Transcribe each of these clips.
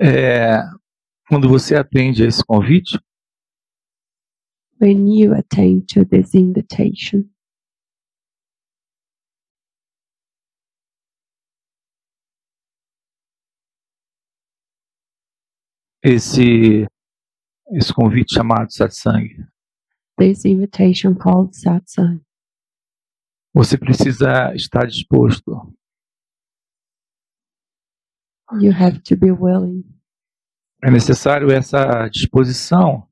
é, quando você atende a esse convite, when you attend to this invitation, esse, esse convite chamado satsang, this invitation called satsang, você precisa estar disposto you have to be willing. É necessário essa disposição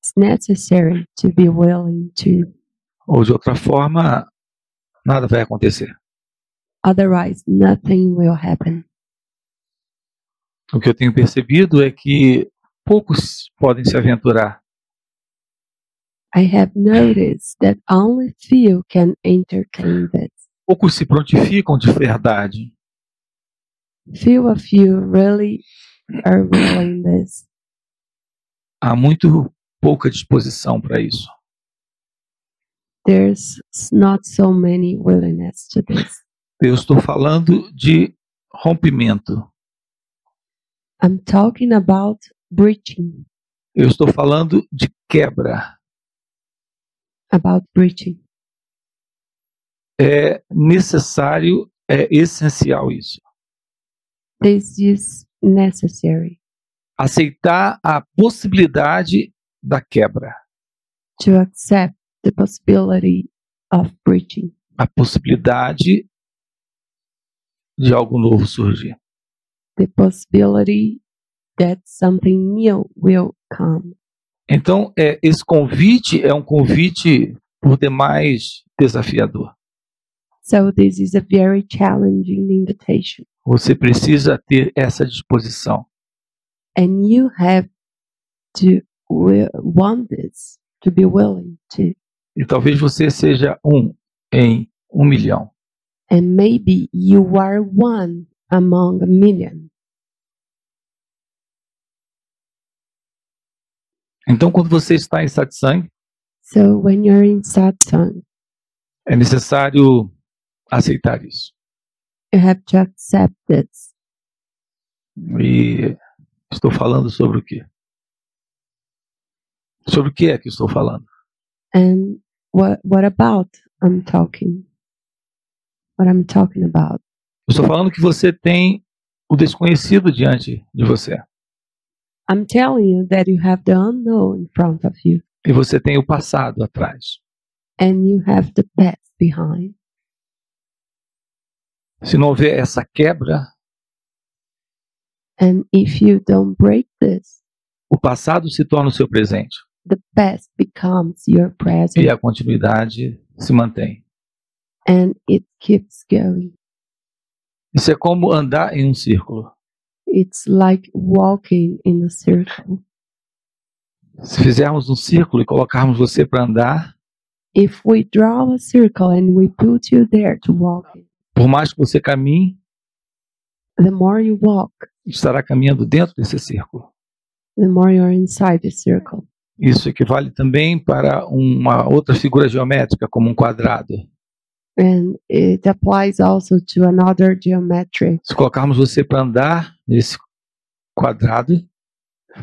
It's necessary to be willing to, ou de outra forma nada vai acontecer. otherwise, nothing will happen. O que eu tenho percebido é que poucos podem se aventurar I have noticed that only few can entertain this. poucos se prontificam de verdade Few of you really are willing this. há muito pouca disposição para isso. There's s- not so many willingness to this. Eu estou falando de rompimento. I'm talking about breaching, Eu estou falando de quebra. about breaching. É necessário, é essencial isso. This is necessary Aceitar a possibilidade da quebra, to accept the possibility of breaching, a possibilidade de algo novo surgir. the possibility that something new will come. Então, é, esse convite é um convite por demais desafiador. So, this is a very challenging invitation, Você precisa ter essa disposição. and you have to wi- want this, to be willing to. E talvez você seja um em um milhão. And maybe you are one among a million. Então, quando você está em satsang, So when you're in satsang, é necessário aceitar isso. you have to accept this. E estou falando sobre o quê? Sobre o que é que estou falando? And what what about I'm talking? What I'm talking about? Eu estou falando que você tem o desconhecido diante de você. I'm telling you that you have the unknown in front of you, E você tem o passado atrás. and you have the past behind. Se não houver essa quebra, And if you don't break this, o passado se torna o seu presente. the past becomes your present, E a continuidade se mantém. and it keeps going. Isso é como andar em um círculo. It's like walking in a circle. Se fizermos um círculo e colocarmos você para andar, If we draw a circle and we put you there to walk, in, por mais que você caminhe, the more you walk, estará caminhando dentro desse círculo. the more you're inside the circle. Isso equivale também para uma outra figura geométrica, como um quadrado. And it applies also to another geometric Se colocarmos você para andar nesse quadrado,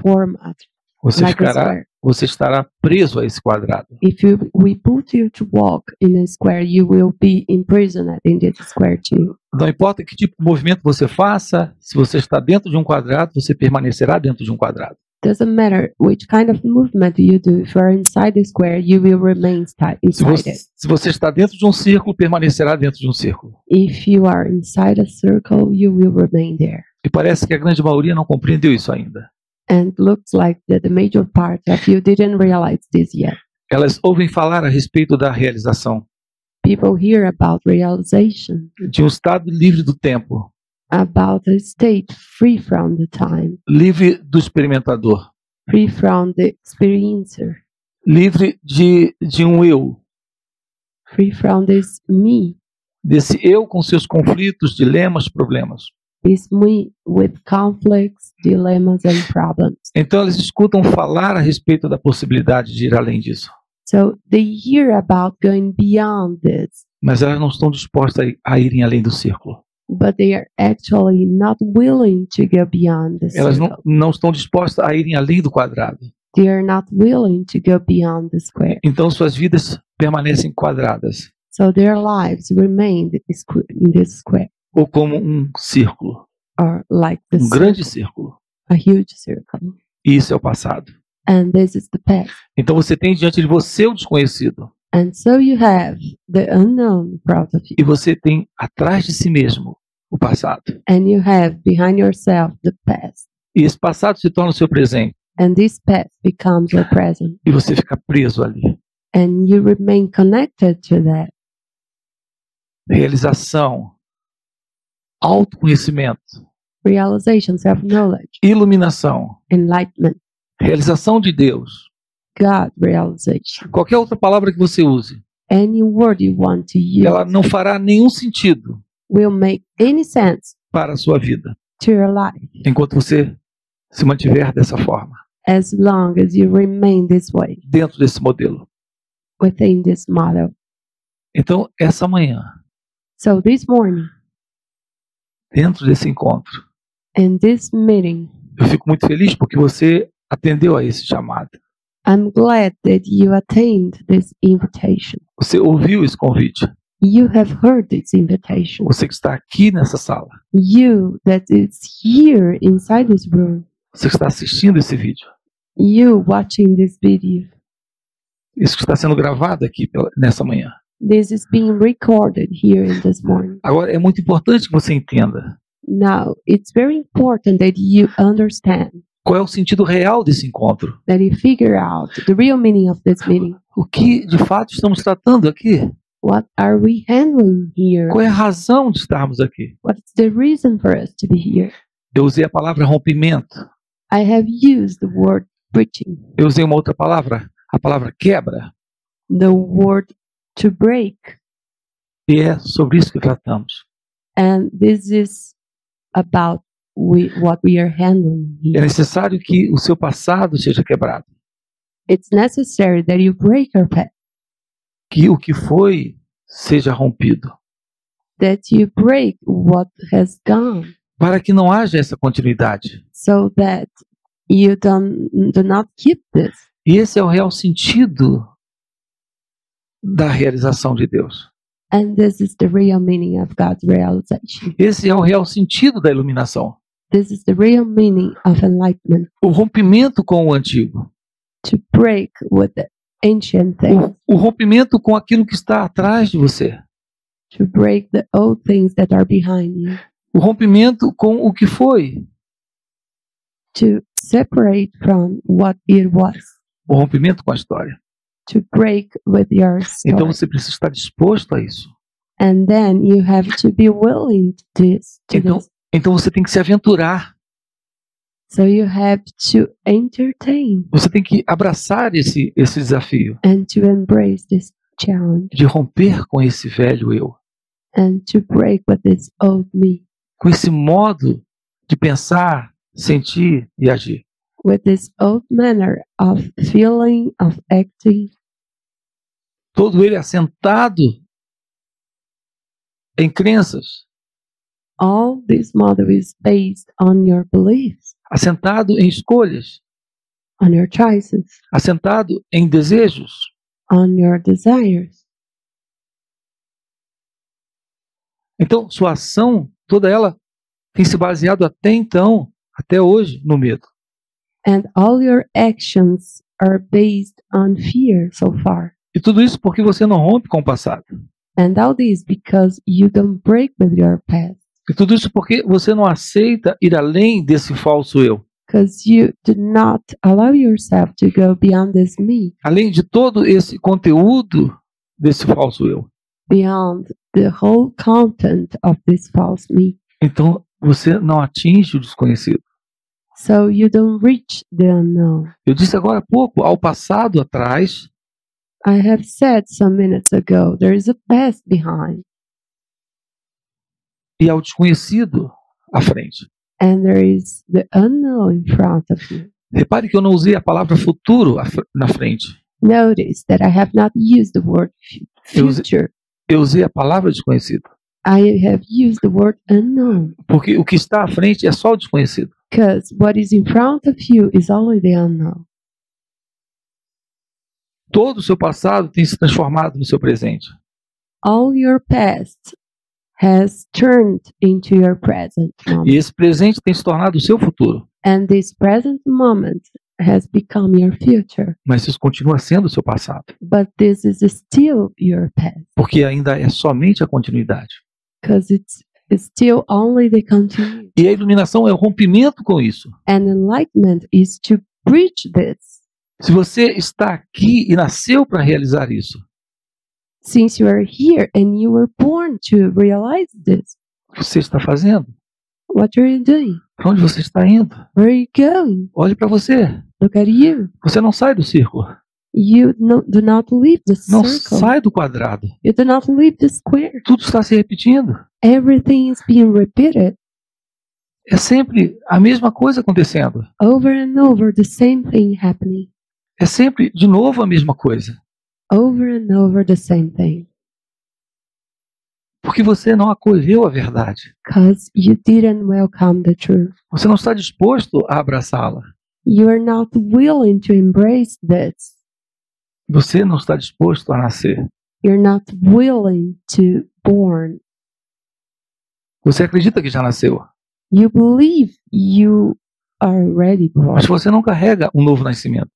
format, você like a ficará, square. você estará preso a esse quadrado. If you, we put you to walk in a square, you will be imprisoned in that square too. Não importa que tipo de movimento você faça, se você está dentro de um quadrado, você permanecerá dentro de um quadrado. Doesn't matter which kind of movement you do, if you are inside the square, you will remain sti- Se inside você, it. se você está dentro de um círculo, permanecerá dentro de um círculo. If you are inside a circle, you will remain there. E parece que a grande maioria não compreendeu isso ainda. And looks like that the major part of you didn't realize this yet. Elas ouvem falar a respeito da realização, People hear about realization, de um estado livre do tempo, about a state free from the time. livre do experimentador, free from the experiencer, livre de, de um eu, free from this me, desse eu com seus conflitos, dilemas, problemas. this me with conflicts, dilemmas, and problems. Então elas escutam falar a respeito da possibilidade de ir além disso, So they hear about going beyond this, mas elas não estão dispostas a ir- a irem além do círculo. but they are actually not willing to go beyond the Elas circle. não, não estão dispostas a irem além do quadrado. They are not willing to go beyond the square. Então suas vidas permanecem quadradas So their lives remain the squ- in this square, ou como um círculo, or like the um grande circle, círculo. a huge circle. E isso é o passado. And this is the past. Então você tem diante de você o desconhecido And so you have the unknown in front of e you, você tem atrás de si mesmo o passado. and you have behind yourself the past. E esse passado se torna o seu presente And this past becomes your present, e você fica preso ali. and you remain connected to that Realização, autoconhecimento, realization, self knowledge, iluminação, enlightenment, realização de Deus. God realization. Qualquer outra palavra que você use, Any word you want to use ela não fará nenhum sentido will make any sense para a sua vida to your life enquanto você se mantiver dessa forma, as long as you remain this way dentro desse modelo. within this model. Então, essa manhã, So this morning, dentro desse encontro, in this meeting, Eu fico muito feliz porque você atendeu a esse chamado. I'm glad that you attained this invitation. Você ouviu esse convite. You have heard this invitation. Você que está aqui nessa sala. You that is here inside this room, Você que está assistindo esse vídeo. you watching this video. Isso que está sendo gravado aqui pela- nessa manhã. This is being recorded here in this morning. Agora, é muito importante que você entenda Now, it's very important that you understand, qual é o sentido real desse encontro. that you figure out the real meaning of this meeting. O que, de fato, estamos tratando aqui. What are we handling here? Qual é a razão de estarmos aqui. What's the reason for us to be here? Eu usei a palavra rompimento. I have used the word preaching, Eu usei uma outra palavra, a palavra quebra. the word to break, E é sobre isso que tratamos. and this is about we, what we are handling É here. necessário que o seu passado seja quebrado. It's necessary that you break your past, que o que foi seja rompido, that you break what has gone. para que não haja essa continuidade. so that you don't do not keep this. E esse é o real sentido da realização de Deus. And this is the real meaning of God's realization. Esse é o real sentido da iluminação. This is the real meaning of enlightenment O rompimento com o antigo, to break with the ancient things, o, o rompimento com aquilo que está atrás de você, to break the old things that are behind you, o rompimento com o que foi, to separate from what it was, o rompimento com a história. to break with your story. Então você precisa estar disposto a isso. and then you have to be willing to this. To Então- this. Então você tem que se aventurar, So you have to entertain você tem que abraçar esse, esse desafio and to embrace this challenge. de romper com esse velho eu. and to break with this old me, com esse modo de pensar, sentir e agir. with this old manner of feeling, of acting, Todo ele assentado em crenças, all this model is based on your beliefs, assentado em escolhas, on your choices, assentado em desejos. on your desires. Então, sua ação, toda ela, tem se baseado até então, até hoje, no medo. And all your actions are based on fear so far. E tudo isso porque você não rompe com o passado. And all this because you don't break with your past, E tudo isso porque você não aceita ir além desse falso eu. because you do not allow yourself to go beyond this me, Além de todo esse conteúdo desse falso eu. beyond the whole content of this false me. Então, você não atinge o desconhecido. So you don't reach the unknown. Eu disse agora há pouco, ao passado atrás, I have said some minutes ago, there is a past behind e ao desconhecido à frente. and there is the unknown in front of you. Repare que eu não usei a palavra futuro à fr- na frente. Notice that I have not used the word fu- Use- future. Eu usei a palavra desconhecido. I have used the word unknown Porque o que está à frente é só o desconhecido. because what is in front of you is only the unknown. Todo o seu passado tem se transformado no seu presente. All your past has turned into your present moment, E esse presente tem se tornado o seu futuro. and this present moment has become your future. Mas isso continua sendo o seu passado. But this is still your past Porque ainda é somente a continuidade. because it's, it's still only the continuity. E a iluminação é o rompimento com isso. And enlightenment is to bridge this. Se você está aqui e nasceu para realizar isso, Since you are here and you were born to realize this, o que você está fazendo? what are you doing? Para onde você está indo? Where are you going? Olhe para você. Look at you. Você não sai do círculo. You no, do not leave the Não circle. sai do quadrado. You do not leave the square. Tudo está se repetindo. Everything is being repeated É sempre a mesma coisa acontecendo. over and over, the same thing happening É sempre de novo a mesma coisa. over and over, the same thing. Porque você não acolheu a verdade. Because you didn't welcome the truth. Você não está disposto a abraçá-la. You are not willing to embrace this. Você não está disposto a nascer. You're not willing to born. Você acredita que já nasceu, You believe you are already born, mas você não carrega um novo nascimento.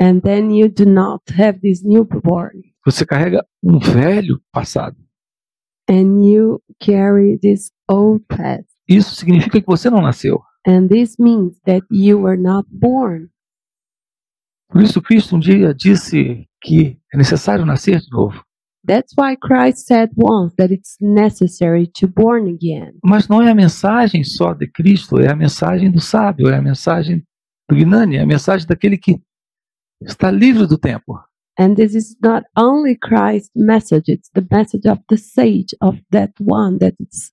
and then you do not have this newborn, Você carrega um velho passado. and you carry this old past. Isso significa que você não nasceu. And this means that you were not born. Por isso, Cristo um dia disse que é necessário nascer de novo. That's why Christ said once that it's necessary to born again. Mas não é a mensagem só de Cristo, é a mensagem do sábio, é a mensagem do Gnani, é a mensagem daquele que está livre do tempo. And this is not only Christ's message, it's the message of the sage, of that one that is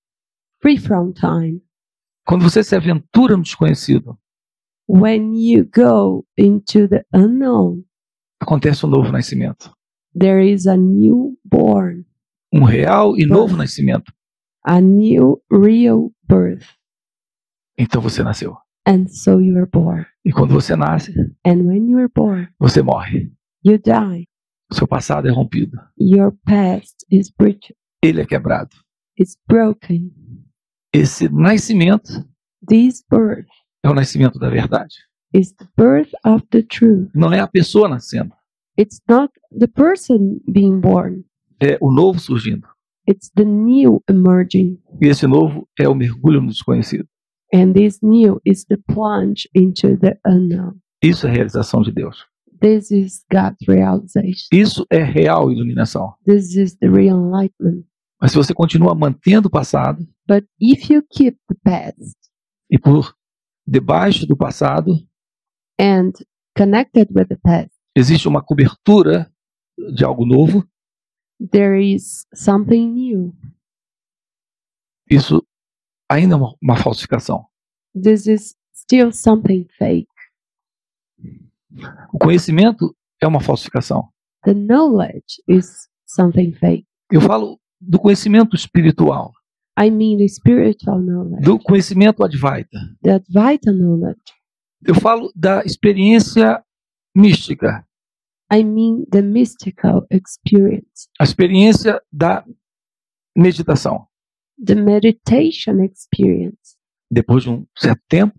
free from time. Quando você se aventura no desconhecido, When you go into the unknown, acontece um novo nascimento. there is a newborn. Um real e novo nascimento. a new real birth. Então você nasceu. And so you are born. E quando você nasce, And when you are born, você morre. you die. Seu passado é rompido. Your past is breached, Ele é quebrado. it's broken. Esse nascimento This birth é o nascimento da verdade. is the birth of the truth. Não é a pessoa nascendo, It's not the person being born, é o novo surgindo. it's the new emerging. E esse novo é o mergulho no desconhecido. And this new is the plunge into the unknown. Isso é realização de Deus. This is God's realization. Isso é real iluminação. This is the real enlightenment. Mas se você continua mantendo o passado But if you keep the past e por debaixo do passado and connected with the past, existe uma cobertura de algo novo, there is something new. isso ainda é uma, uma falsificação. This is still something fake. O conhecimento é uma falsificação. The knowledge is something fake. Eu falo do conhecimento espiritual, I mean, the spiritual knowledge, do conhecimento Advaita. that vital knowledge. Eu falo da experiência mística, I mean, the mystical experience, a experiência da meditação. the meditation experience. Depois de um certo tempo,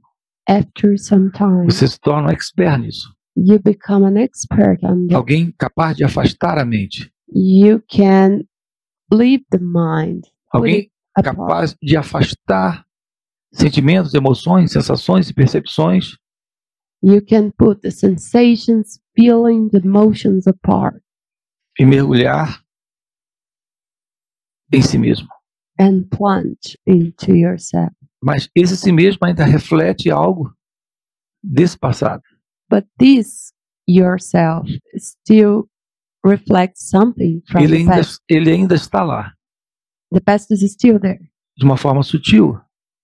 After some time, você se torna um expert nisso. you become an expert on that. Alguém capaz de afastar a mente. You can leave the mind Alguém apart. capaz de afastar sentimentos, emoções, sensações e percepções You can put the sensations, feelings, emotions apart e mergulhar em si mesmo. and plunge into yourself. Mas esse si mesmo ainda reflete algo desse passado. but this yourself still reflects something from Ele the ainda, past. ele ainda está lá, The past is still there de uma forma sutil,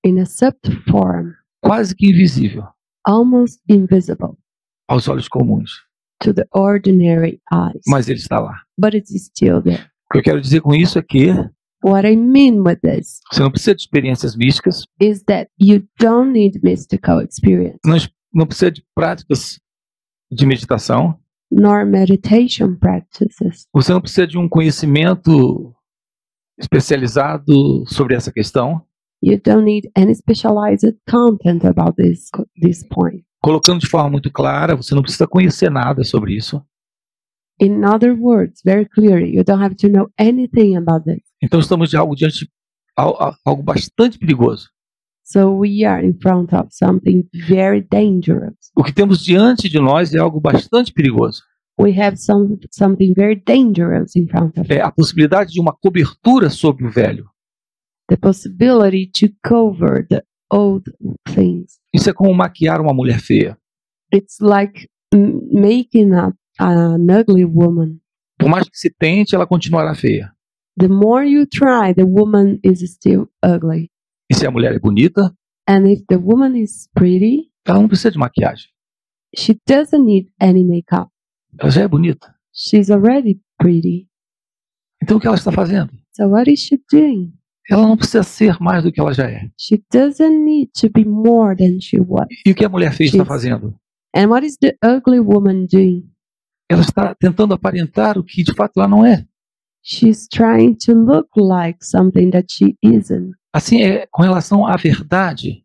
in a subtle form, quase que invisível almost invisible aos olhos comuns, to the ordinary eyes, mas ele está lá. but it is still there. O que eu quero dizer com isso é que What I mean with this Você não precisa de experiências místicas, is that you don't need mystical experience não, es- não precisa de práticas de meditação, nor meditation practices. você não precisa de um conhecimento especializado sobre essa questão, You don't need any specialized content about this co- this point. colocando de forma muito clara, você não precisa conhecer nada sobre isso. In other words, very clearly, you don't have to know anything about this. Então estamos de algo diante de al- al- algo bastante perigoso. So we are in front of something very dangerous. O que temos diante de nós é algo bastante perigoso. We have some something very dangerous in front of É us. a possibilidade de uma cobertura sobre o velho. The possibility to cover the old things. Isso é como maquiar uma mulher feia. It's like m- making up an ugly woman. Por mais que se tente, ela continuará feia. The more you try, the woman is still ugly. E se a mulher é bonita, And if the woman is pretty, ela não precisa de maquiagem. she doesn't need any makeup. Ela já é bonita. She's already pretty. Então o que ela está fazendo? So what is she doing? Ela não precisa ser mais do que ela já é. She doesn't need to be more than she was. E o que a mulher feia está Isso. fazendo? And what is the ugly woman doing? Ela está tentando aparentar o que de fato ela não é. She's trying to look like something that she isn't. Assim é com relação à verdade.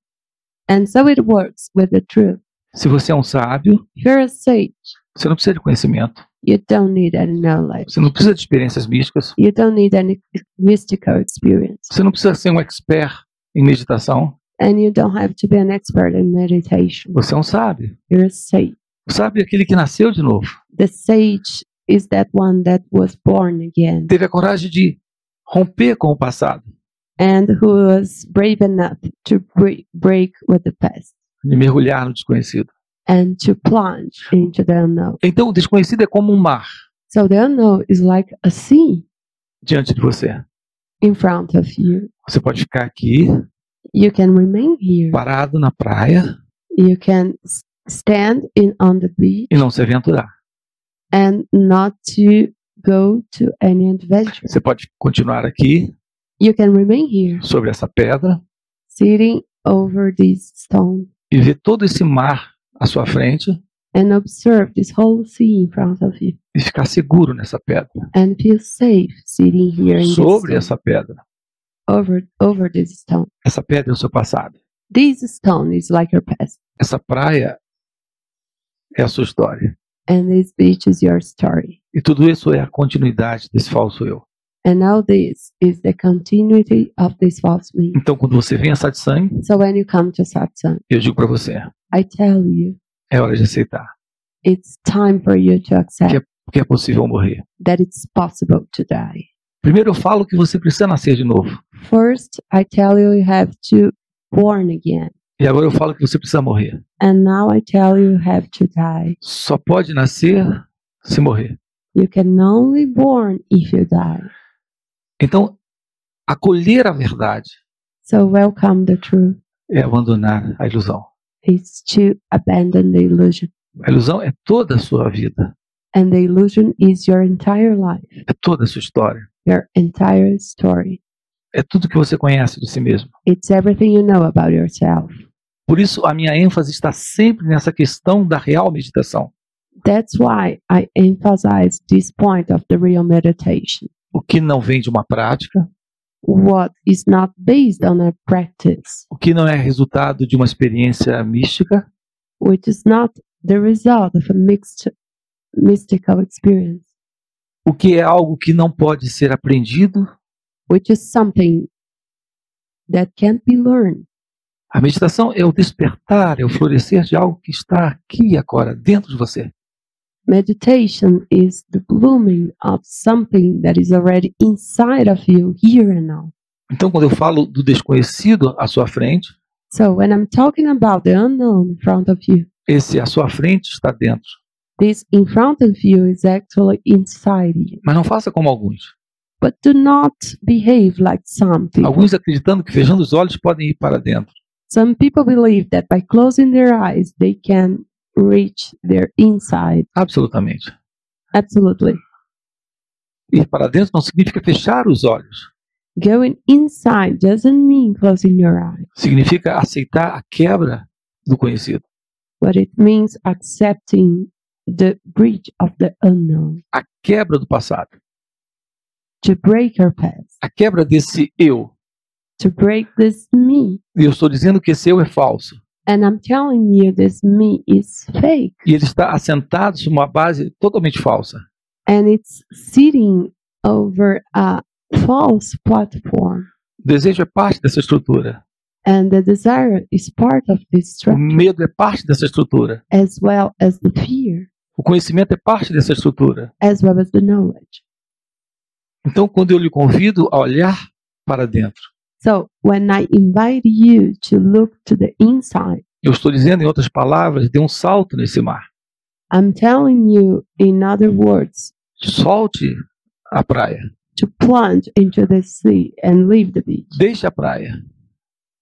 And so it works with the truth. Se você é um sábio, If you're a sage, você não precisa de conhecimento. you don't need any knowledge. Você não precisa de experiências místicas. You don't need any mystical experience. Você não precisa ser um expert em meditação. And you don't have to be an expert in meditation. Você é um sábio. You're a sage. O sábio é aquele que nasceu de novo. The sage is that one that was born again Teve a coragem de romper com o passado, and who was brave enough to bre- break with the past de mergulhar no desconhecido. and to plunge into the unknown. Então, o desconhecido é como um mar So the unknown is like a sea diante de você. in front of you. Você pode ficar aqui, You can remain here. parado na praia, You can s- stand in on the beach e não se aventurar. and not to go to any adventure. Você pode continuar aqui, You can remain here, sobre essa pedra, sitting over this stone e ver todo esse mar à sua frente and observe this whole sea in front of you e ficar seguro nessa pedra, and feel safe sitting here in this sobre stone, essa pedra. over over this stone. Essa pedra é o seu passado. This stone is like your past Essa praia é a sua história. and this beach is your story. E tudo isso é a continuidade desse falso eu. And now this is the continuity of this false me. Então, quando você vem a satsang, So when you come to satsang, eu digo para você, I tell you, é hora de aceitar it's time for you to accept Yep. que é possível morrer. that it's possible to die. Primeiro eu falo que você precisa nascer de novo. First, I tell you you have to born again, E agora eu falo que você precisa morrer. and now I tell you you have to die. Só pode nascer se morrer. You can only born if you die. Então, acolher a verdade So welcome the truth. é abandonar a ilusão. It's to abandon the illusion, A ilusão é toda a sua vida, and the illusion is your entire life, é toda a sua história, your entire story. é tudo que você conhece de si mesmo. It's everything you know about yourself. Por isso, a minha ênfase está sempre nessa questão da real meditação. That's why I emphasize this point of the real meditation. O que não vem de uma prática, What is not based on a practice, o que não é resultado de uma experiência mística, which is not the result of a mixed mystical experience, o que é algo que não pode ser aprendido. which is something that can't be learned. A meditação é o despertar, é o florescer de algo que está aqui e agora, dentro de você. Meditation is the blooming of something that is already inside of you here and now. Então, quando eu falo do desconhecido à sua frente, So when I'm talking about the unknown in front of you, esse à sua frente está dentro. this in front of you is actually inside you. Mas não faça como alguns. But do not behave like some people. Alguns acreditando que fechando os olhos podem ir para dentro. Some people believe that by closing their eyes, they can reach their inside. Absolutamente. Absolutely. Ir para dentro não significa fechar os olhos. Going inside doesn't mean closing your eyes, Significa aceitar a quebra do conhecido, but it means accepting the breach of the unknown, a quebra do passado, to break our past, a quebra desse eu. to break this me. E eu estou dizendo que esse eu é falso. And I'm telling you, this me is fake E ele está assentado sobre uma base totalmente falsa. and it's sitting over a false platform. O desejo é parte dessa estrutura. And the desire is part of this O structure medo é parte dessa estrutura. as well as the fear, O conhecimento é parte dessa estrutura. as well as the knowledge. Então, quando eu lhe convido a olhar para dentro, So when I invite you to look to the inside, eu estou dizendo, em outras palavras, dê um salto nesse mar. I'm telling you, in other words, Solte a praia. to plunge into the sea and leave the beach, Deixe a praia.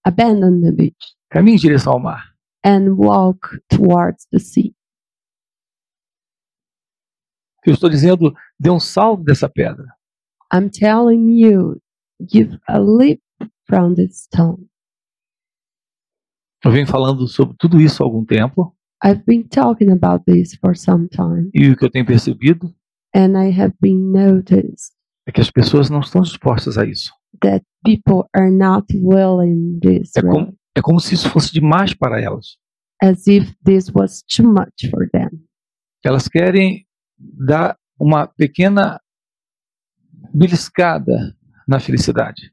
abandon the beach, Caminhe em direção ao mar. and walk towards the sea. Eu estou dizendo, dê um salto dessa pedra. I'm telling you, give a leap from this stone. Eu venho falando sobre tudo isso há algum tempo I've been talking about this for some time, e o que eu tenho percebido and I have been noticed é que as pessoas não estão dispostas a isso. that people are not willing this É road, como, é como se isso fosse demais para elas. as if this was too much for them. Elas querem dar uma pequena beliscada na felicidade.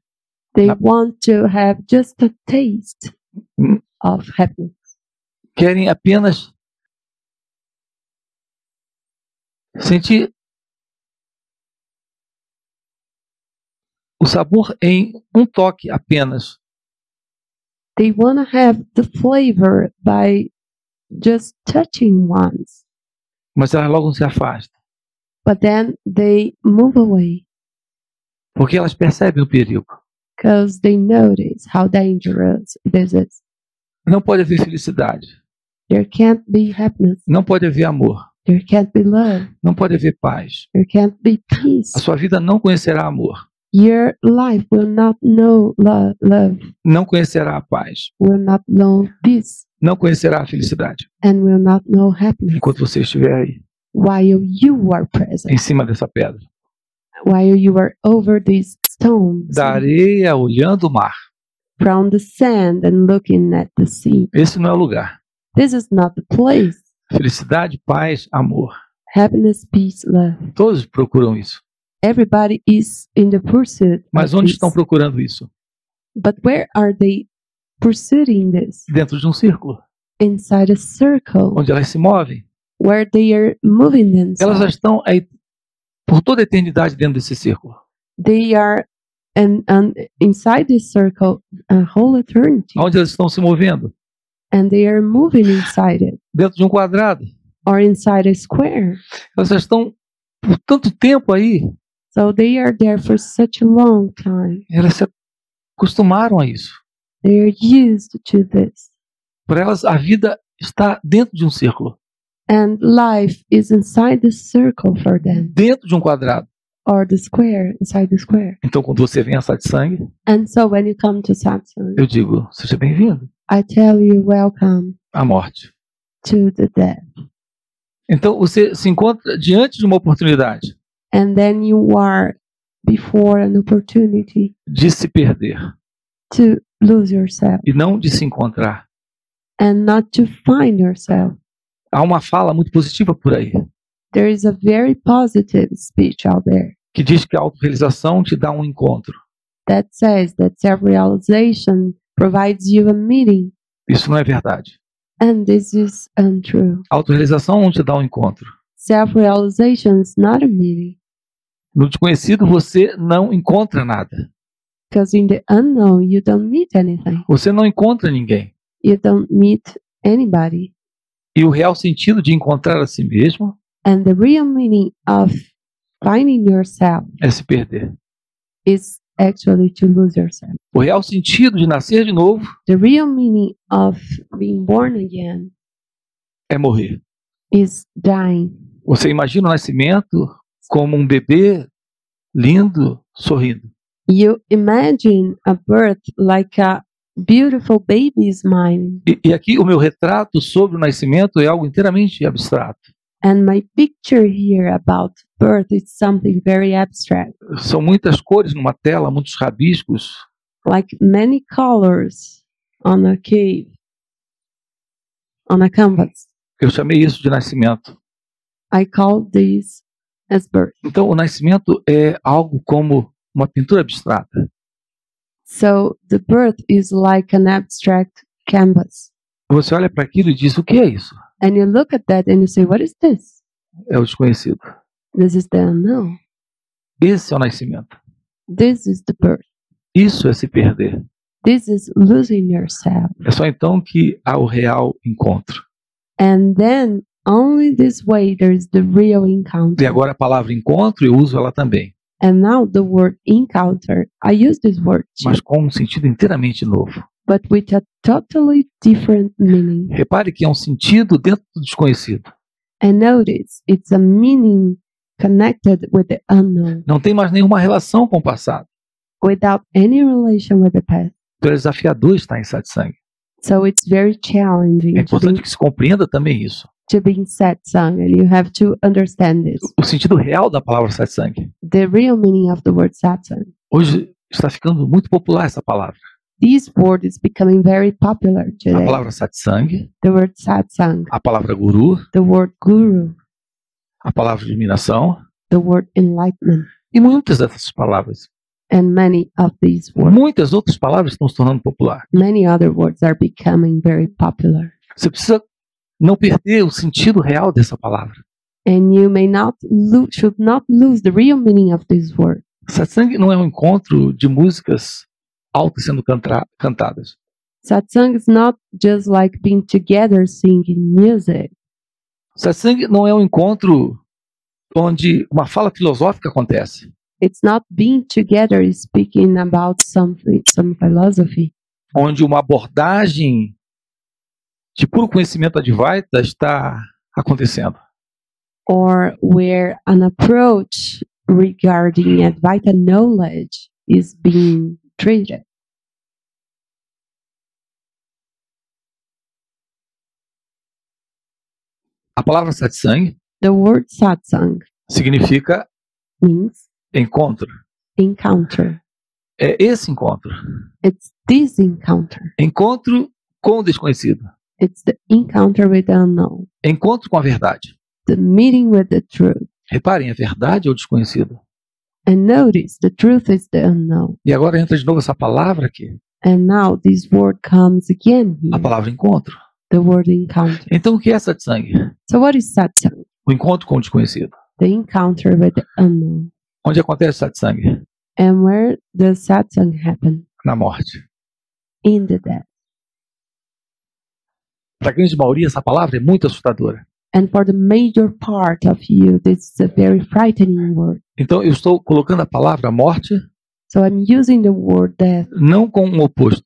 They Na- want to have just a taste Mm. of happiness. Querem apenas sentir o sabor em um toque apenas They want to have the flavor by just touching once, mas elas logo se afastam, but then they move away porque elas percebem o perigo. because they notice how dangerous this is. Não pode haver felicidade, There can't be happiness. não pode haver amor, There can't be love. não pode haver paz. There can't be peace. A sua vida não conhecerá amor, Your life will not know love. Love não conhecerá a paz, will not know peace. não conhecerá a felicidade, and will not know happiness enquanto você estiver aí, while you are present, em cima dessa pedra. while you are over these stones Da areia olhando o mar. from the sand and looking at the sea. Esse não é o lugar. This is not the place. Felicidade, paz, amor. Happiness, peace, love. Todos procuram isso. Everybody is in the pursuit. of Mas onde this. estão procurando isso? But where are they pursuing this? Dentro de um círculo, Inside a circle onde elas se movem. where they are moving Elas já themselves. estão aí por toda a eternidade dentro desse círculo. They are and, and inside this circle a whole eternity, Onde elas estão se movendo? and they are moving inside it Dentro de um quadrado. or inside a square. Elas já estão por tanto tempo aí, So they are there for such a long time. elas se acostumaram a isso. They are used to this. Para elas, a vida está dentro de um círculo, And life is inside the circle for them, dentro de um quadrado. or the square, inside the square. Então, quando você vem a satsang, And so when you come to Satsang, eu digo, seja bem-vindo I tell you, welcome à morte. to the death. Então, você se encontra diante de uma oportunidade And then you are before an opportunity de se perder to lose yourself e não de se encontrar. and not to find yourself. Há uma fala muito positiva por aí, There is a very positive speech out there que diz que a autorrealização te dá um encontro. that says that self realization provides you a meeting Isso não é verdade. And this is untrue. A autorrealização não te dá um encontro. Self realization is not a meaning, No desconhecido, você não encontra nada. because in the unknown, you don't meet anything, Você não encontra ninguém. you don't meet anybody. E o real sentido de encontrar a si mesmo And the real meaning of finding yourself é se perder. is actually to lose yourself. O real sentido de nascer de novo The real meaning of being born again é morrer. is dying. Você imagina o nascimento como um bebê lindo, sorrindo. You imagine a birth like a beautiful baby smiling, E, e aqui o meu retrato sobre o nascimento é algo inteiramente abstrato. and my picture here about birth is something very abstract, São muitas cores numa tela, muitos rabiscos, like many colors on a cave, on a canvas. eu chamei isso de nascimento. I call this as birth. Então, o nascimento é algo como uma pintura abstrata. So the birth is like an abstract canvas. Você olha para aquilo e diz: o que é isso? And you look at that and you say, what is this? É o desconhecido. This is the unknown. Esse é o nascimento. This is the birth. Isso é se perder. This is losing yourself. É só então que há o real encontro. And then only this way there is the real encounter. E agora a palavra encontro, eu uso ela também, And now the word encounter, I use this word too, mas com um sentido inteiramente novo. but with a totally different meaning. Repare que é um sentido dentro do desconhecido. And notice it's a meaning connected with the unknown Não tem mais nenhuma relação com o passado. without any relation with the past. Então é desafiador estar em satsang. So it's very challenging É to, importante be, que se compreenda também isso. to be in satsang, and you have to understand this, O sentido real da palavra satsang. the real meaning of the word satsang. Hoje está ficando muito popular essa palavra. This word is becoming very popular A today. palavra satsang, The word satsang, a palavra guru, the word guru, a palavra iluminação the word enlightenment, e muitas dessas palavras. and many of these words. Muitas outras palavras estão se tornando popular. many other words are becoming very popular. Você precisa não perder o sentido real dessa palavra. And you may not lo- should not lose the real meaning of this word. Satsang não é um encontro de músicas altas sendo cantra- cantadas. Satsang is not just like being together singing music. Satsang não é um encontro onde uma fala filosófica acontece. It's not being together is speaking about something, some philosophy, Onde uma abordagem de puro conhecimento advaita está acontecendo. or where an approach regarding Advaita knowledge is being treated. A palavra satsang The word satsang significa means encontro. encounter. É esse encontro. It's this encounter. Encontro com o desconhecido. It's the encounter with the unknown. Encontro com a verdade. the meeting with the truth. Reparem, a verdade é o desconhecido. And notice the truth is the unknown. E agora entra de novo essa palavra aqui, And now this word comes again a here, palavra encontro. the word encounter. Então o que é satsang? So what is satsang? O encontro com o desconhecido. The encounter with the unknown. Onde acontece satsang? And where does satsang happen? Na morte. In the death. Para a grande maioria, essa palavra é muito assustadora. And for the major part of you, this is a very frightening word. Então eu estou colocando a palavra morte So I'm using the word death. não com um oposto,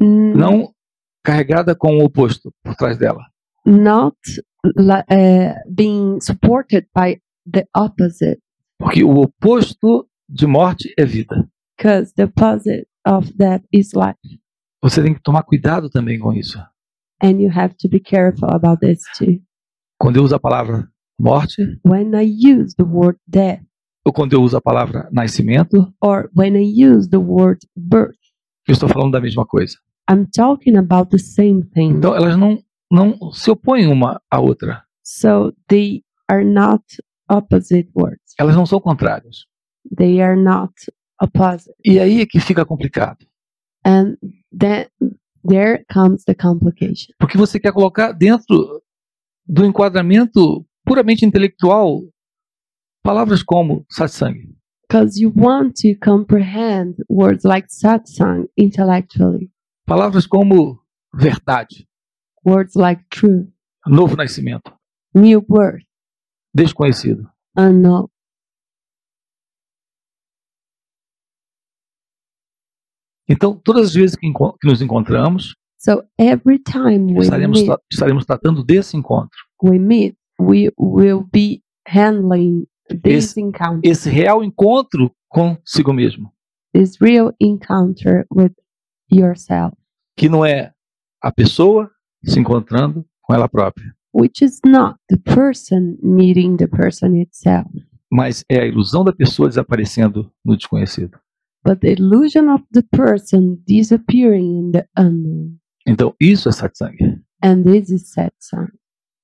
n- não carregada com um oposto por trás dela. Not li- uh, being supported by the opposite. Porque o oposto de morte é vida. Because the opposite of that is life. Você tem que tomar cuidado também com isso. and you have to be careful about this too. Quando eu uso a palavra morte, When I use the word death ou quando eu uso a palavra nascimento, or when I use the word birth, eu estou falando da mesma coisa. I'm talking about the same thing. Então elas não, não se opõem uma à outra. So they are not opposite words. Elas não são contrárias. They are not opposite. E aí é que fica complicado. And then there comes the complication Porque você quer colocar dentro do enquadramento puramente intelectual palavras como satsang. because you want to comprehend words like satsang intellectually, Palavras como verdade, words like truth, novo nascimento, new birth, desconhecido. unknown. Então, todas as vezes que, enco- que nos encontramos, So every time we estaremos, meet, tra- estaremos tratando desse encontro. we meet, we will be handling this encounter, Esse real encontro consigo mesmo, this real encounter with yourself, que não é a pessoa se encontrando com ela própria, which is not the person meeting the person itself, mas é a ilusão da pessoa desaparecendo no desconhecido. but the illusion of the person disappearing in the unknown. Então, isso é satsang. And this is satsang.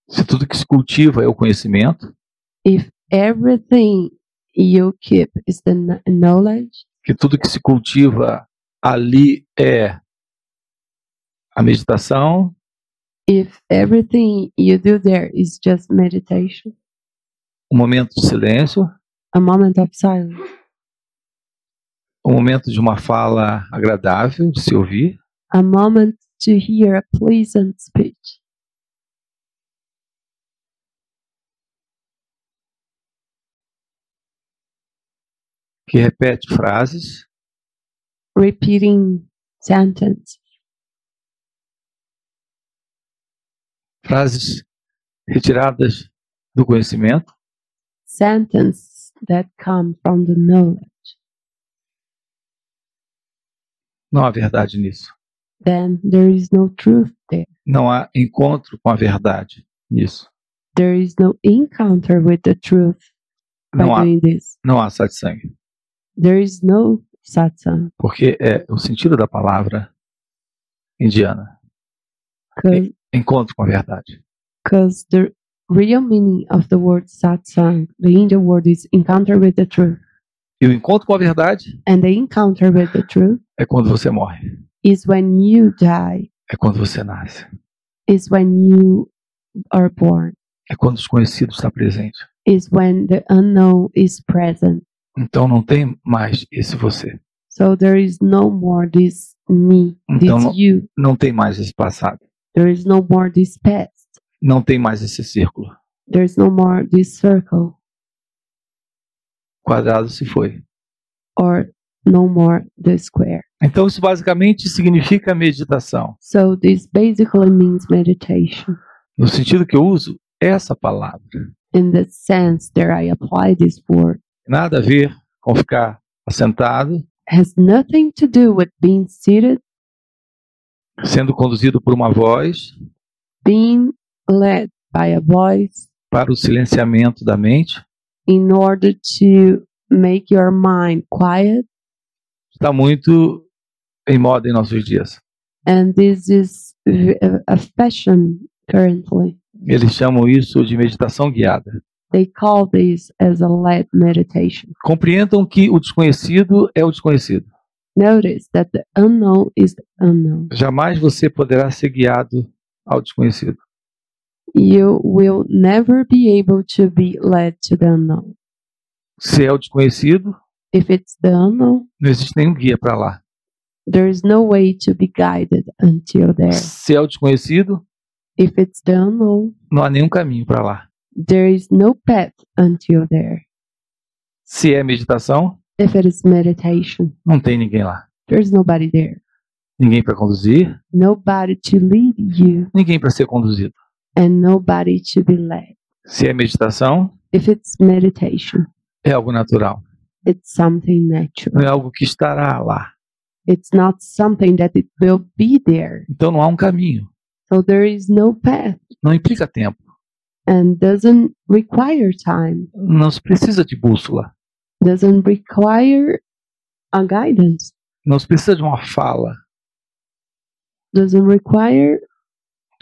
Se tudo que se cultiva é o conhecimento, If everything you keep is the kn- knowledge, que tudo que se cultiva ali é a meditação, if everything you do there is just meditation, um momento de silêncio, a moment of silence, um momento de uma fala agradável de se ouvir, a moment to hear a pleasant speech, que repete frases, repeating sentence, frases retiradas do conhecimento, sentence that come from the knowledge. não há verdade nisso. Then there is no truth there. Não há encontro com a verdade nisso. There is no encounter with the truth by Não há, doing this. não há satsang, There is no satsang porque é o sentido da palavra indiana, encontro com a verdade. because the real meaning of the word satsang, the Indian word is encounter with the truth. E o encontro com a verdade And the encounter with the truth é quando você morre, is when you die, é quando você nasce. is when you are born, é quando o desconhecido está presente. is when the unknown is present. Então não tem mais esse você, So there is no more this me, this Então, you. não tem mais esse passado, There is no more this past. não tem mais esse círculo. There is no more this circle O quadrado se foi. or no more the square. Então isso basicamente significa meditação. So this basically means meditation. No sentido que eu uso essa palavra, In the sense that I apply this word nada a ver com ficar assentado, has nothing to do with being seated, sendo conduzido por uma voz being led by a voice para o silenciamento da mente, in order to make your mind quiet. está muito em moda em nossos dias. And this is v- a a fashion currently. Eles chamam isso de meditação guiada. They call this as a led meditation. Compreendam que o desconhecido é o desconhecido. Notice that the unknown is the unknown. jamais você poderá ser guiado ao desconhecido. You will never be able to be led to the unknown. Se é o desconhecido, If it's the unknown, não existe nenhum guia para lá. there is no way to be guided until there. Se é o desconhecido, If it's the unknown, não há nenhum caminho para lá. there is no path until there. Se é meditação, If it is meditation, não tem ninguém lá. there's nobody there. Ninguém para conduzir, Nobody to lead you ninguém para ser conduzido. and nobody to be led. Se é meditação, If it's meditation, é algo natural. it's something natural. Não é algo que estará lá. It's not something that it will be there. Então não há um caminho. So there is no path Não implica tempo. and doesn't require time, Não se precisa de bússola. doesn't require a guidance, Não se precisa de uma fala doesn't require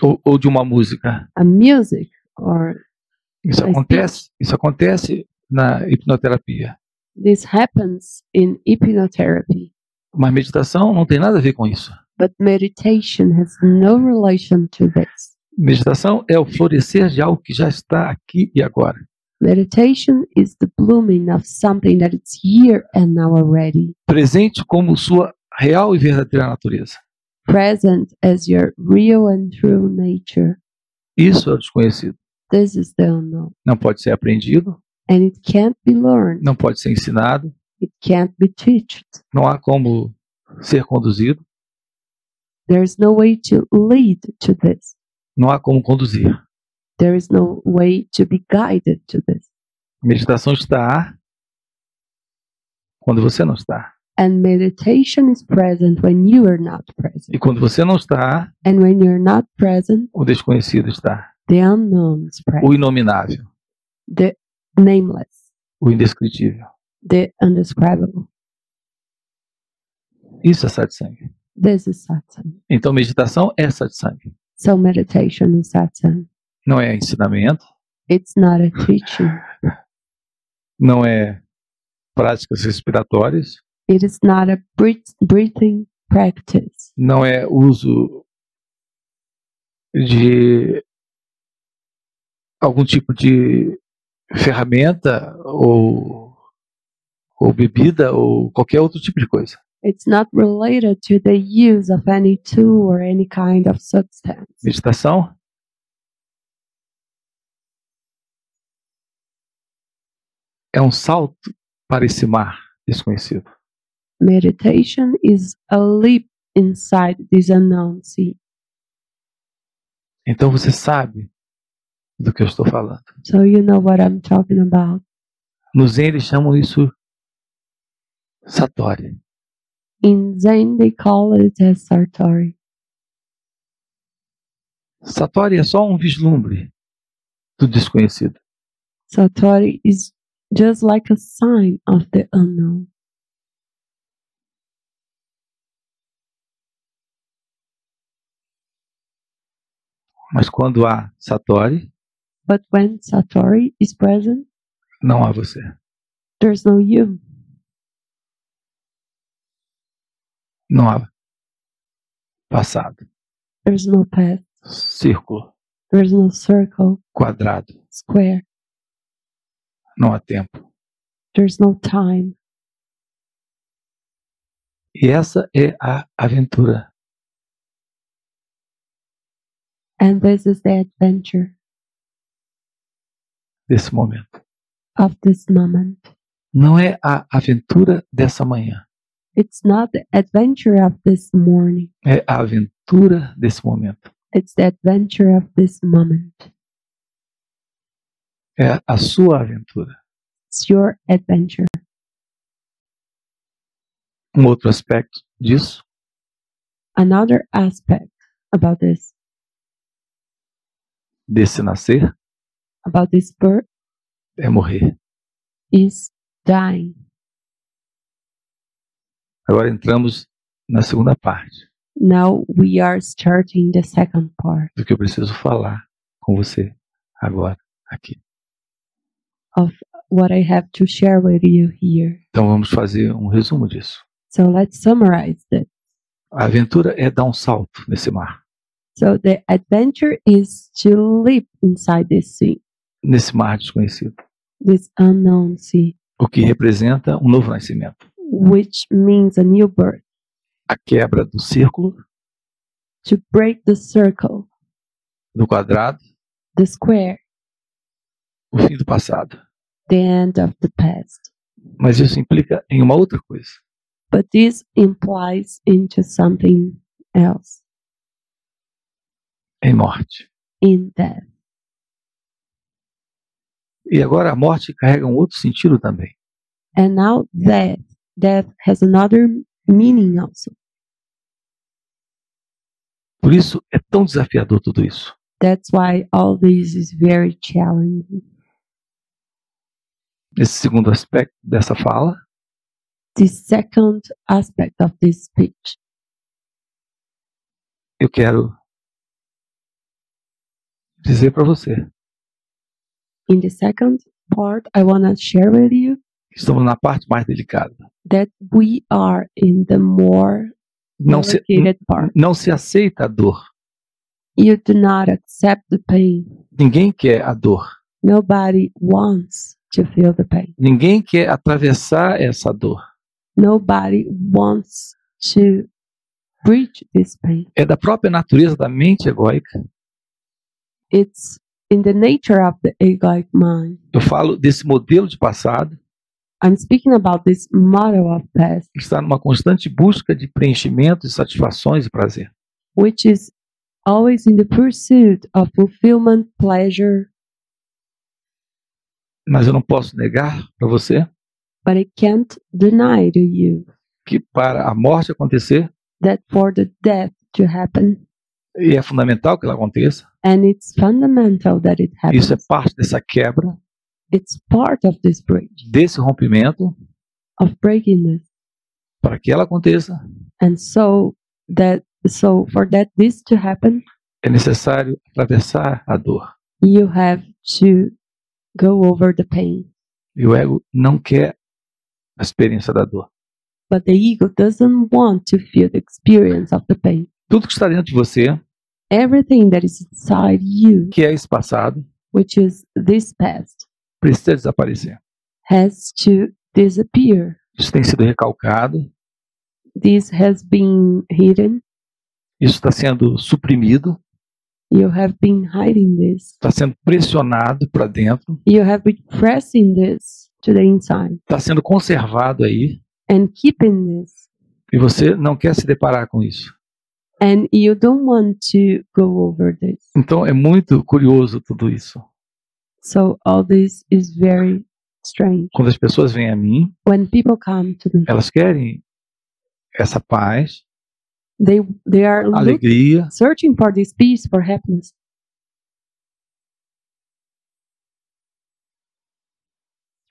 ou, ou de uma música. a music or Isso Mas tem- acontece, isso acontece na hipnoterapia. This happens in hypnotherapy, Mas meditação não tem nada a ver com isso. but meditation has no relation to this. Meditação é o florescer de algo que já está aqui e agora. Meditation is the blooming of something that is here and now already, Presente como sua real e verdadeira natureza. present as your real and true nature. Isso é o desconhecido. This is the unknown, Não pode ser aprendido, and it can't be learned, não pode ser ensinado, it can't be taught. não há como ser conduzido, There is no way to lead to this, não há como conduzir. there is no way to be guided to this. Meditação está quando você não está. And meditation is present when you are not present. E quando você não está, And when you're not present, o desconhecido está. the unknown is present. O inominável, The nameless, o indescritível. the undescribable. Isso é satsang. This is satsang. Então, meditação é satsang. So meditation is satsang. Não é ensinamento, It's not a teaching. não é práticas respiratórias, It is not a breath- breathing practice. não é uso de algum tipo de ferramenta ou, ou bebida ou qualquer outro tipo de coisa. It's not related to the use of any tool or any kind of substance. Meditação é um salto para esse mar desconhecido. Meditation is a leap inside this unknown sea. Então você sabe do que eu estou falando. So you know what I'm talking about. No Zen eles chamam isso Satori. In Zen, they call it as sartori. Satori é só um vislumbre do desconhecido. Sartori is just like a sign of the unknown. Mas quando há Satori, But when sartori is present, não há você. there's no you. Não há passado. There's no path. Círculo, There's no circle, quadrado, square. não há tempo. There's no time. E essa é a aventura. And this is the adventure desse momento. of this moment. Não é a aventura dessa manhã, It's not the adventure of this morning. é a aventura desse momento. It's the adventure of this moment. É a sua aventura. It's your adventure. Um outro aspecto disso Another aspect about this, desse nascer about this birth, é morrer. is dying. Agora entramos na segunda parte Now we are starting the second part do que eu preciso falar com você agora aqui. of what I have to share with you here. Então vamos fazer um resumo disso. So let's summarize this. A aventura é dar um salto nesse mar. So the adventure is to leap inside this sea, Nesse mar desconhecido, this unknown sea, o que representa um novo nascimento, which means a new birth, a quebra do círculo, to break the circle, do quadrado, the square, o fim do passado. the end of the past. Mas isso implica em uma outra coisa. But this implies into something else em morte. in death. E agora a morte carrega um outro sentido também. And now death, death has another meaning also. Por isso é tão desafiador tudo isso. That's why all this is very challenging. Esse segundo aspecto dessa fala The second aspect of this speech, eu quero dizer para você. in the second part, I want to share with you Estamos na parte mais delicada. that we are in the more Não né? se, complicated part. não se aceita a dor. You do not accept the pain. Ninguém quer a dor. Nobody wants to feel the pain. Ninguém quer atravessar essa dor. Nobody wants to breach this pain. É da própria natureza da mente egoica. It's in the nature of the egoic mind. Eu falo desse modelo de passado I'm speaking about this model of past, que está numa constante busca de preenchimento, de satisfações e prazer. which is always in the pursuit of fulfillment, pleasure. Mas eu não posso negar para você but it can't deny to you que para a morte acontecer, that for the death to happen, e é fundamental que ela aconteça, and it's fundamental that it happens. isso é parte dessa quebra, It's part of this bridge desse rompimento, of breaking this, para que ela aconteça, and so that so for that this to happen, é necessário atravessar a dor. you have to go over the pain. E o ego não quer a experiência da dor. But the ego doesn't want to feel the experience of the pain. Tudo que está dentro de você, Everything that is inside you, que é esse passado, which is this past, precisa desaparecer. has to disappear. Isso tem sido recalcado, This has been hidden. isso está sendo suprimido, You have been hiding this. está sendo pressionado para dentro, You have been pressing this to the inside está sendo conservado aí, and keeping this. e você não quer se deparar com isso. And you don't want to go over this. Então é muito curioso tudo isso. So all this is very strange. Quando as pessoas vêm a mim, When people come to me, elas querem essa paz, they they are looking alegria, searching for this peace, for happiness.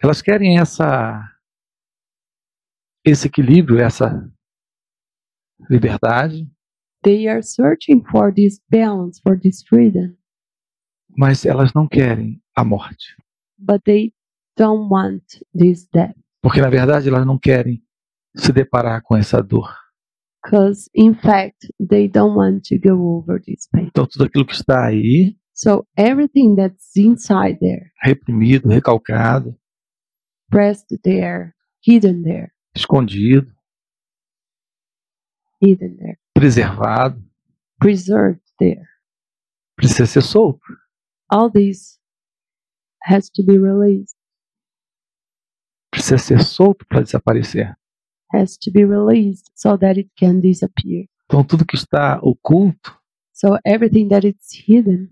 elas querem essa esse equilíbrio, essa liberdade, They are searching for this balance, for this freedom, mas elas não querem a morte, but they don't want this death. porque na verdade elas não querem se deparar com essa dor. Because in fact, they don't want to go over this pain. Então tudo aquilo que está aí, So everything that's inside there, reprimido, recalcado, pressed there, hidden there, escondido, hidden there, preservado, preserved there, precisa ser solto. all this has to be released, Precisa ser solto para desaparecer. has to be released so that it can disappear. Então tudo que está oculto So everything that is hidden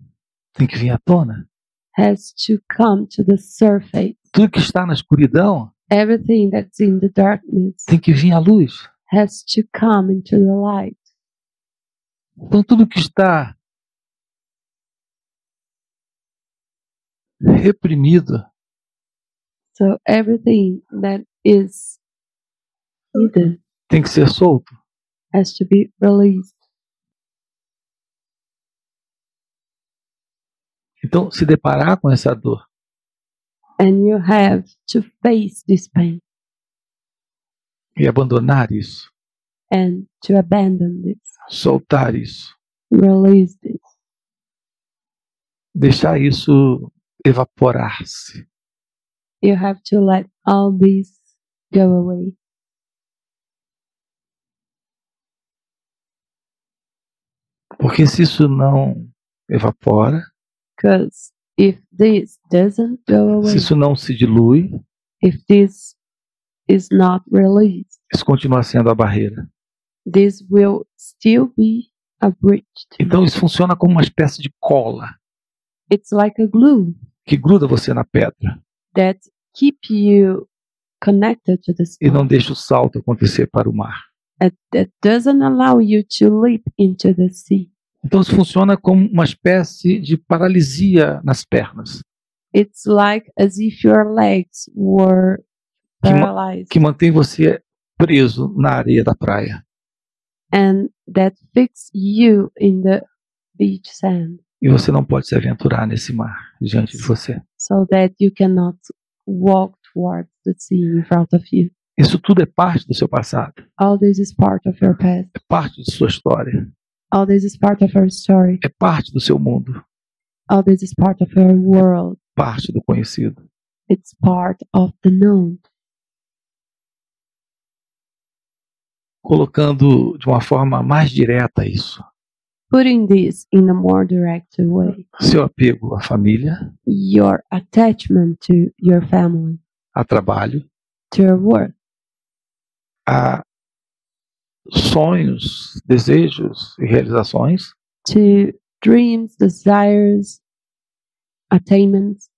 tem que vir à tona. has to come to the surface. Tudo que está na escuridão Everything that's in the darkness tem que vir à luz. has to come into the light. Então tudo que está reprimido So everything that is hidden tem que ser solto. has to be released. Então se deparar com essa dor And you have to face this pain e abandonar isso, and to abandon this, soltar isso, release this, deixar isso evaporar-se. you have to let all this go away. Porque se isso não evapora, Because if this doesn't go away, se isso não se dilui, if this is not released, isso continua sendo a barreira. this will still be a breach. Então isso funciona como uma espécie de cola. It's like a glue que gruda você na pedra that keep you connected to the e stone, não deixa o salto acontecer para o mar. that, that doesn't allow you to leap into the sea. Então isso funciona como uma espécie de paralisia nas pernas, It's like as if your legs were Que ma- paralyzed que mantém você preso na areia da praia. and that fix you in the beach sand E você não pode se aventurar nesse mar diante de você. so that you cannot walk towards the sea in front of you. Isso tudo é parte do seu passado, All this is part of your past. é parte de sua história, All this is part of your story. é parte do seu mundo, All this is part of your world. parte do conhecido. It's part of the known. Colocando de uma forma mais direta isso. Putting this in a more direct way. Seu apego à família, your attachment to your family, a trabalho, to your work, a sonhos, desejos e realizações to dreams, desires, attainments.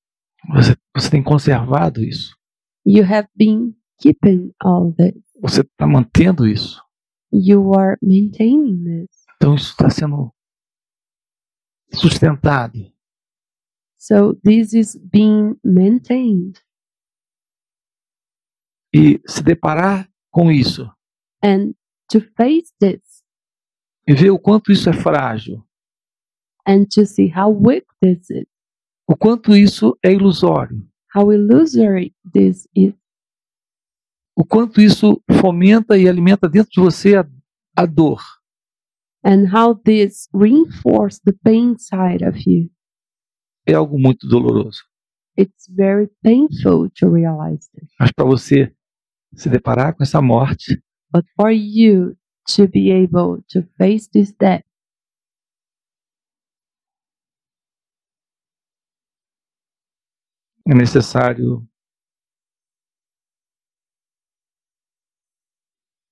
Você, você tem conservado isso. You have been keeping all this. Você está mantendo isso. You are maintaining this. Então isso está sendo sustentado. So this is being maintained. E se deparar com isso And to face this e ver o quanto isso é frágil, and to see how weak this is, o quanto isso é ilusório, how illusory this is, o quanto isso fomenta e alimenta dentro de você a, a dor. and how this reinforces the pain side of you. É algo muito doloroso. It's very painful to realize this. Mas para você se deparar com essa morte, But for you to be able to face this death, é necessário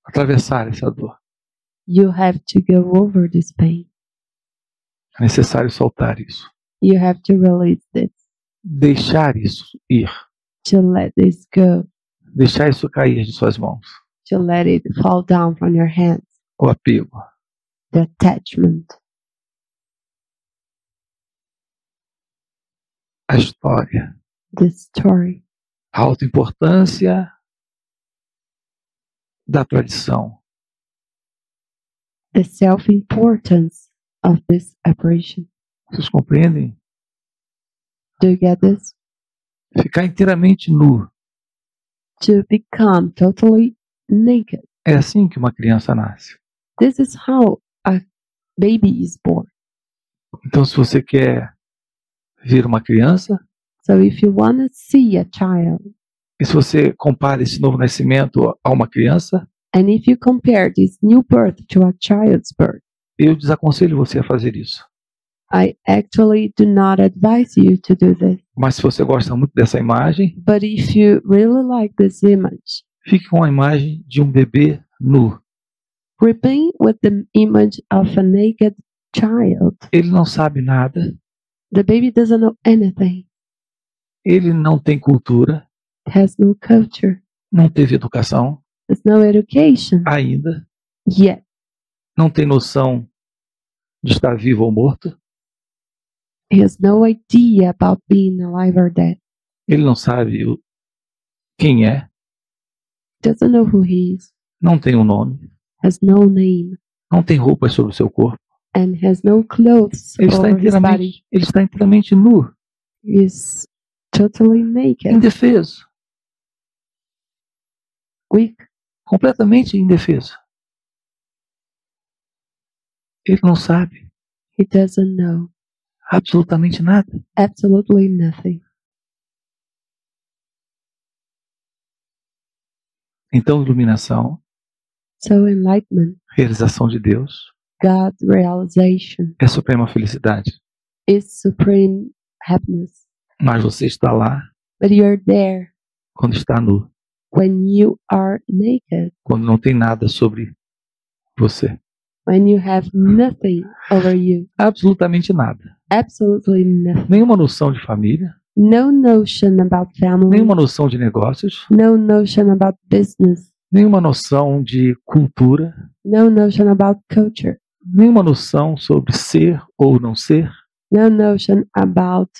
atravessar essa dor. you have to go over this pain. É necessário soltar isso. You have to release this, Deixar isso ir. to let this go, Deixar isso cair de suas mãos. to let it fall down from your hands, O apego. the attachment, A história. the story, A alta importância da tradição. the self importance of this operation. Vocês compreendem? Do you get this? Ficar inteiramente nu. to become totally naked. É assim que uma criança nasce. This is how a baby is born. Então, se você quer vir uma criança, So if you want to see a child, e se você compara esse novo nascimento a uma criança, and if you compare this new birth to a child's birth, eu desaconselho você a fazer isso. I actually do not advise you to do this. Mas se você gosta muito dessa imagem, But if you really like this image, fique com a imagem de um bebê nu. remain with the image of a naked child. Ele não sabe nada, The baby doesn't know anything, ele não tem cultura, has no culture, não teve educação has no education ainda, yet, não tem noção de estar vivo ou morto, he has no idea about being alive or dead, ele não sabe o- quem é, doesn't know who he is. não tem um nome, has no name não tem roupas sobre o seu corpo. and has no clothes Ele está over his body. inteiramente, ele está inteiramente nu, Is totally naked, indefeso, weak, completamente indefeso. Ele não sabe he doesn't know absolutamente nada. absolutely nothing. Então, iluminação, So enlightenment, realização de Deus, God realization é suprema felicidade. is supreme happiness. Mas você está lá But you're there quando está nu, when you are naked, quando não tem nada sobre você. when you have nothing over you, Absolutamente nada. absolutely nothing. Nenhuma noção de família, No notion about family, nenhuma noção de negócios, no notion about business, nenhuma noção de cultura, no notion about culture. nenhuma noção sobre ser ou não ser. no notion about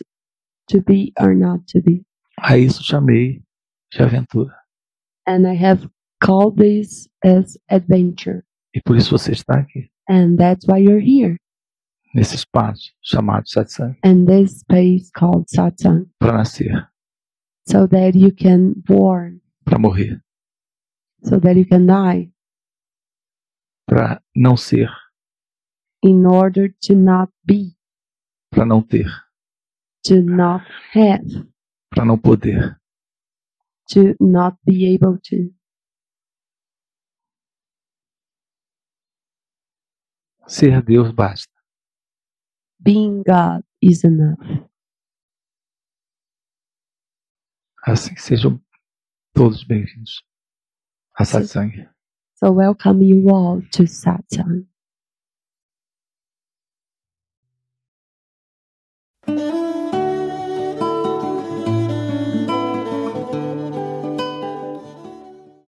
to be or not to be. A isso chamei de aventura. And I have called this as adventure. E por isso você está aqui, And that's why you're here nesse espaço chamado satsang, in this space called satsang, para nascer, so that you can born, para morrer, so that you can die, para não ser, in order to not be, para não ter, to not have, para não poder. to not be able to. Ser Deus basta. Being God is enough. Assim que sejam todos bem-vindos a satsang. So welcome you all to satsang.